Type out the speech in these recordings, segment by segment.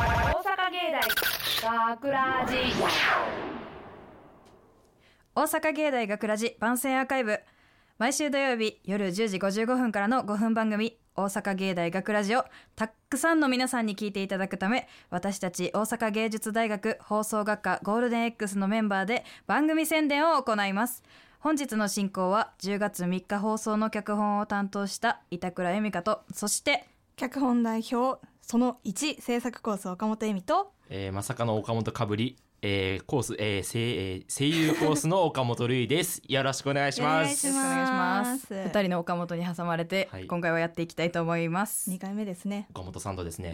阪芸大学ラジ大阪芸大学ラジ番宣アーカイブ毎週土曜日夜10時55分からの5分番組「大阪芸大学ラジオ」をたくさんの皆さんに聞いていただくため私たち大阪芸術大学放送学科ゴールデン X のメンバーで番組宣伝を行います本日の進行は10月3日放送の脚本を担当した板倉恵美香とそして脚本代表その1制作コース岡本恵美とえー、まさかの岡本かぶり、えー、コース、えー声えー声優コースの岡本瑠衣です。 よろしくお願いします。おお願いし願まいしますす2人の岡本に挟まれて、はい今回はやっていきたいと思います2回目ですね岡本さんとですね。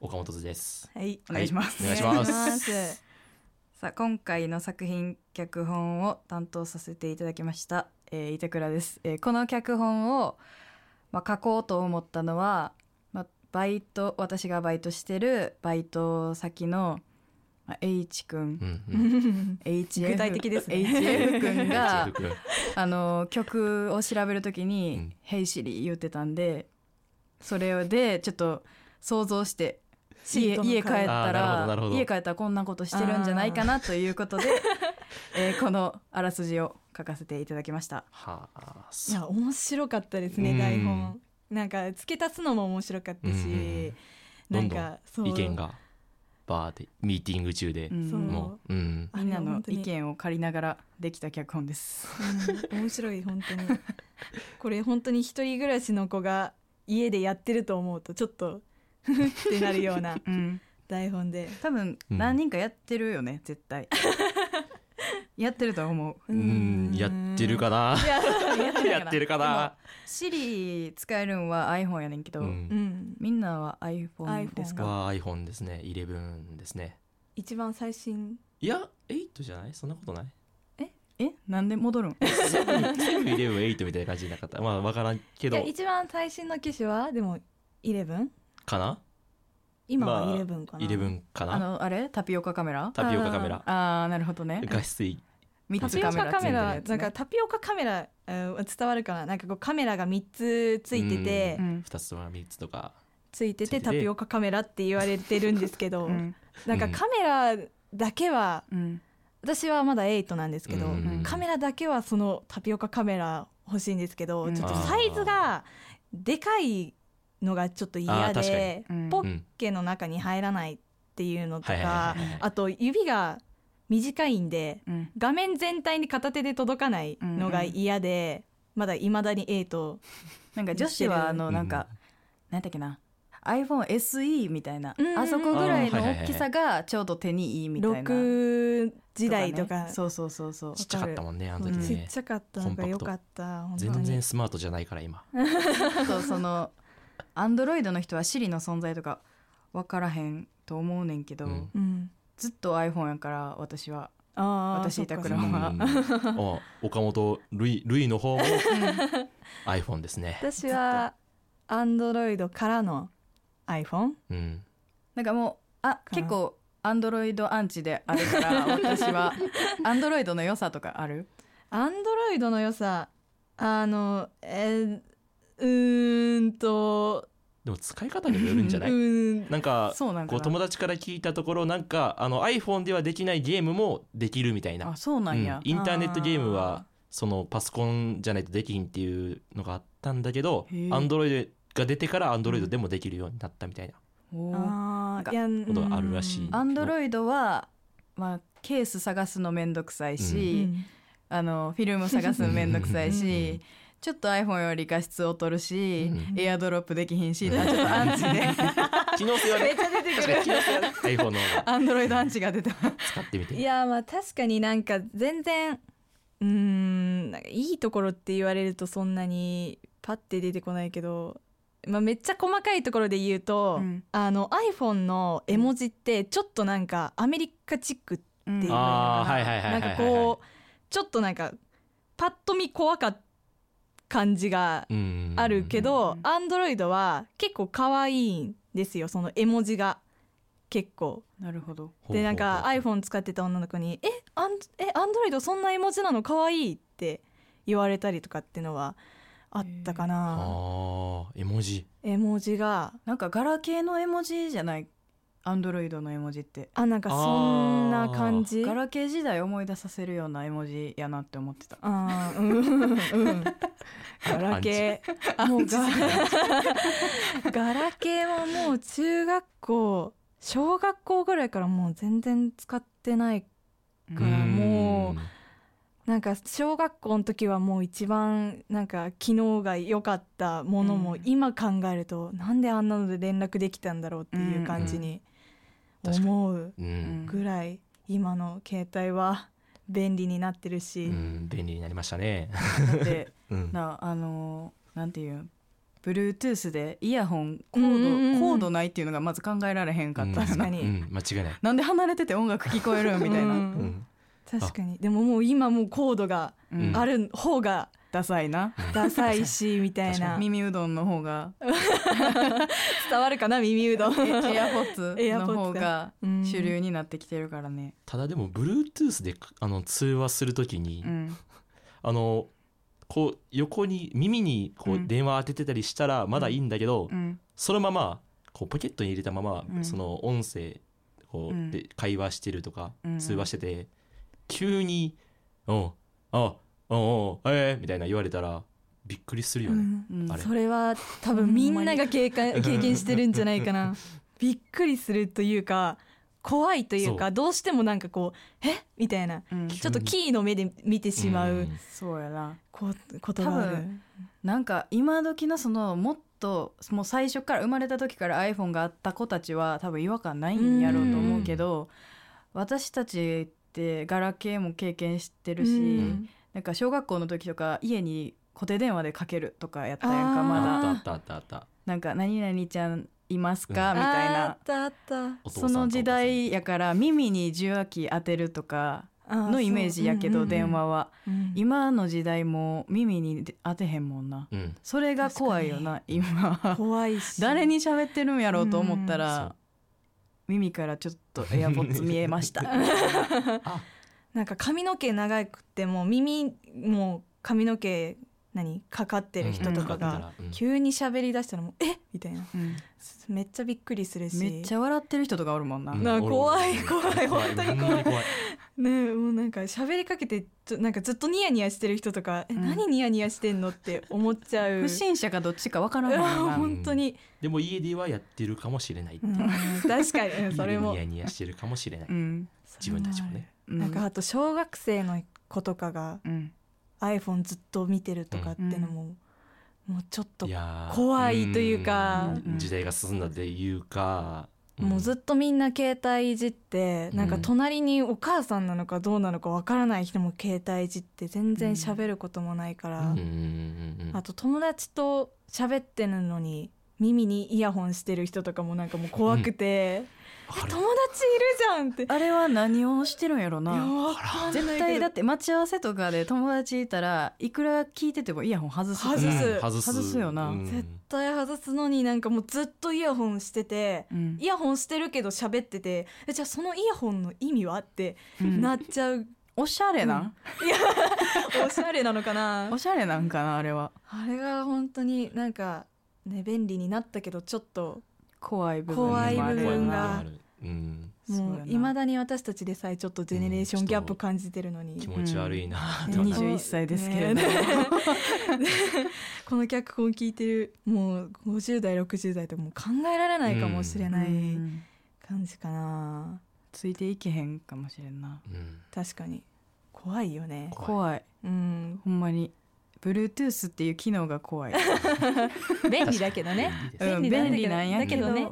岡本です。はいお願いしますはいお願いしお 願まいしす。ますさあ今回の作品脚本を担当させていただきました、えー、板倉です、えーこの脚本を、まあ、書こうと思ったのは、まあ、バイト私がバイトしてるバイト先の、まあ、H 君うんうん。 HF 具体的ですね HF 君が HF 君あの曲を調べるときうにん「ヘイシリ」言ってたんでそれでちょっと想像してシー家トの家帰っ会たあーなるほどならるほど家帰ったらこんなことしてるんじゃないかなということで、 えーこのあらすじを書かせていただきました。はあ、いや面白かったですね、うん台本なんか付け足すのも面白かったし、うんうんなどんんかどん意見がバーでミーティング中でう、んそうもう、うん、あみんなれはの本当に意見を借りながらできた脚本です。うん面白い本当にこれ本当に一人暮らしの子が家でやってると思うとちょっとふふってなるようなうん、台本で、多分うん何人かやってるよね、絶 対。やってると思う。うん、やってるかな。いややってるかな。シリ使えるんは iPhone やねんけど、うんう。んみんなは iPhone ですかは iPhone ですね。11ですね。一番最新いや、8じゃないそんなことないえなんで戻るんセブンセブンイレブンエイトみたいな感じじゃなかった。まあ、わからんけいやど、一番最新の機種はでも 11? かな今まはあ11かな、イレブンかあなのあれタピオカカメラタピオカカメラ。あーなるほどね画質いい。 3タつピカオメカラカメついてるラやつなねんかタピオカカメラ、えー伝わるかななんかこうカメラが3つついてて、うん2つとか3つとか。ついてついてててタピオカカメラって言われてるんですけど、うん なんかカメラだけはうん私はまだ8なんですけど、うんカメラだけはそのタピオカカメラ欲しいんですけど、うんちょっとサイズがでかいのがちょっとあ嫌ー確かで、にうんポうッん。ケの中に入らないっていうのとか、はいはいはいはいはい。あと指が短いんでうん画面全体に片手で届かないのが嫌で、まだいまだに8なんか女子はあのなんか、なんだっけな iPhoneSE みたいな、うんあそこぐらいの大きさがちょうど手にいいみたいな6時代とねかそうそうそうそうちっちゃかったもんね、あの時うんちっね。ちゃかったのが良かった本当全に然スマートじゃないから今。ちょっとそのアンドロイドの人は Siri の存在とか分からへんと思うねんけど、うんうんずっと iPhone やから私はあー私そっか板う倉んはあ岡本ルイルイの方も iPhone ですね。私はアンドロイドからの iPhone うん。なんかもうあかな結構アンドロイドアンチであるから私 はアンドロイドの良さとかあるアンドロイドの良さあのえーうーんとでも使い方にもよるんじゃなういーんなんか、そうなんこかうな友達から聞いたところ、なんか、あの iPhone ではできないゲームもできるみたいなあ。そうなんやうん、インターネットゲームはそのパソコンじゃないとできひんっていうのがあったんだけどへえアンドロイドが出てからアンドロイドでもできるようになったみたいな、おーあーいやことがあるらしいアンドロイドはまあケース探すのめんどくさいし、あのフィルム探すのめんどくさいし、ちょっと iPhone より画質劣るし、うんエアドロップできひんし、あちょっとアンチで 機能性 はね確かに機能性はね iPhone の方がアンドロイドアンチが出た使ってみていやまあ確かになんか全然うーんなんかいいところって言われるとそんなにパッて出てこないけど、まあ、めっちゃ細かいところで言うと、うんあの iPhone の絵文字ってちょっとなんかアメリカチックっていうのかなあーはいはいはいはないんはいかこうちょっとなんかパッと見怖かった感じがうんあるけうどん Android は結構可愛いんですよその絵文字が結構。なるほどほうほうほうでなんか iPhone 使ってた女の子に「えアンえアンドロイドそんな絵文字なの可愛いって言われたりとかってのはあったかなあー絵文字絵文字がなんかガラケーの絵文字じゃないアンドロイドの絵文字ってあなんかそんな感じガラケー時代思い出させるような絵文字やなって思ってたあーうん うんガラケーもうガガラケーはもう中学校小学校ぐらいからもう全然使ってないうんからもなんか小学校の時はもう一番なんか機能が良かったものうもん今考えるとなんであんなので連絡できたんだろうっていう感じにうんうん思ううん、うんぐらい今の携帯は便利になってるうし、ん、便利になりましたね。だってうん、なあのーなんていうん Bluetooth でイヤホンコうんうんうんうードんコードないっていうのがまず考えられへんかったうん確かに、うん、間違いない。なんで離れてて音楽聞こえるんみたいうな、んうん、確かにでももう今もうコードがうんある方がダサいなダサい しみたいな耳うどんの方が伝わるかな耳うどんえエアポッツエアポのッ方ツが うん主流になってきてるからね、ただでも Bluetooth であの通話するときに、うん、あのこう横に耳にこううん電話当ててたりしたらまだいいんだけど、うんそのままこうポケットに入れたまま、うんその音声こうんうで会話してるとか、うん通話してて急に「おうあおうおうええみたいな言われたらびっくりするようね。んうんあれそれは 多分みんなが経 験経験してるんじゃないかなびっくりするというか怖いというそかどうしてもなんかこう「えみたいなうん急にちょっとキーの目で見てしまうそうやなこことがあ多る分なんか今時のそのもっともう最初から生まれた時から iPhone があった子たちは多分違和感ないんやろうと思うけど私たちってガラケーも経験してるし、うんなんか小学校の時とか家に固定電話でかけるとかやったやんあかーまあだったあったあったあった。なんか「何々ちゃんいますか?」みたいあなったあったお父さそんとのお母さん時代やから耳に受話器当てるとかのイメージやけど電話は今今の時代も耳に当てへんもんなうんそれが怖いよな今怖いし誰に喋ってるんやろうと思ったうんうんそらう耳からちょっとエアポッツ見えましたなんか髪の毛長くても耳も髪の毛何かかってる人とかがうん急に喋り出したらもう「えみたいなうんめっちゃびっくりするしめっちゃ笑ってる人とかおるもんなうんな俺怖俺い怖い本当にほんま怖いねえもうなんか喋りかけてちょなんかずっとニヤニヤしてる人とか「えうん何ニヤニヤしてんの?」って思っちゃう 不審者かどっちかわからうわないな本当に、でも家ではやってるかもしれない、うん 確かにうんそれも家でニヤニヤしてるかもしれない、うん自分たちもねうんなんかあと小学生の子とかがうん iPhone ずっと見てるとかってのも、もうちょっといやー怖いというかうん時代が進んだというか、んもうずっとみんな携帯いじって、なんか隣にお母さんなのかどうなのかわからない人も携帯いじって全然喋ることもないから、うんうんうんうんあと友達と喋ってるのに耳にイヤホンしてる人とかもなんかもう怖くて「あ友れ達いるじゃん!」って。いあれは何をしてるんやろやなわかんないけど絶対だって待ち合わせとかで友達いたらいくら聞いててもイヤホン外す外すうん外す外すよなうん絶対外すのになんかもうずっとイヤホンしててうんイヤホンしてるけど喋っててえじゃあそのイヤホンの意味はってうんなっちゃう、おしゃれなおしゃれなのかなおしゃれなんかなあれは あれが本当になんかね便利になったけどちょっと怖い部分怖い部怖い部分分があるうんもそうういやなまだに私たちでさえちょっとジェネレーションギャップ感じてるのに気持ち悪いなとは二なる十一歳ですけれども、この脚本聞いてるもう50代60代ともう考えられないかもしれなないい感じかな、ついていけへんかもしれんなうん確かに怖いよね怖い怖いうんほんまに Bluetooth っていう機能が怖い便利だけどねいいですうんだけど便利なんやだけけどどね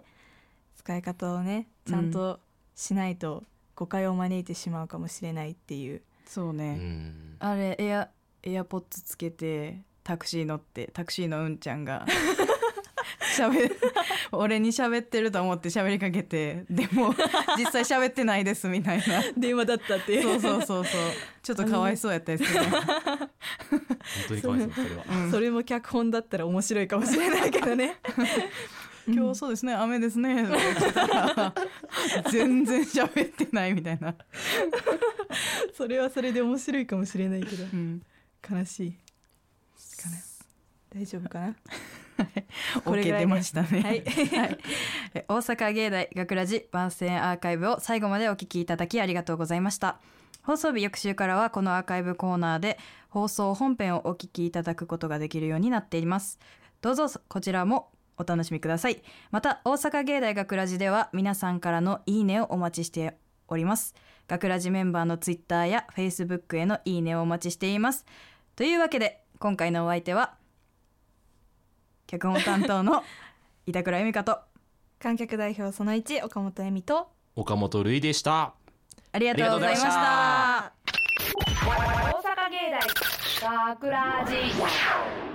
使い方をねちゃんとしないと誤解を招いてしまうかもしれないっていうそううね、んあれエアエアポッツつけてタクシー乗ってタクシーのうんちゃんが喋俺に喋ってると思って喋りかけてでも実際喋ってないですみたいな電話だったってそうそうそうそうちょっとかわいそうやったですね本当にかわいそうそれはそれも脚本だったら面白いかもしれないけど ね今日そうですね雨ですねとか言ってたら全然喋ってないみたいな、それはそれで面白いかもしれないけどうん悲しいかな大丈夫かなオこれケぐらい出でましたね。はい、え大阪芸大学ラジ番宣アーカイブを最後までお聞きいただきありがとうございました放送日翌週からはこのアーカイブコーナーで放送本編をお聞きいただくことができるようになっていますどうぞこちらもお楽しみくださいまた大阪芸大学ラジでは皆さんからのいいねをお待ちしております学ラジメンバーのツイッターやフェイスブックへのいいねをお待ちしていますというわけで今回のお相手は脚本担当の板倉由美香と観客代表その1岡本恵美と岡本るいでしたありがとうございましありがとうございましたた。大阪芸大学ラジ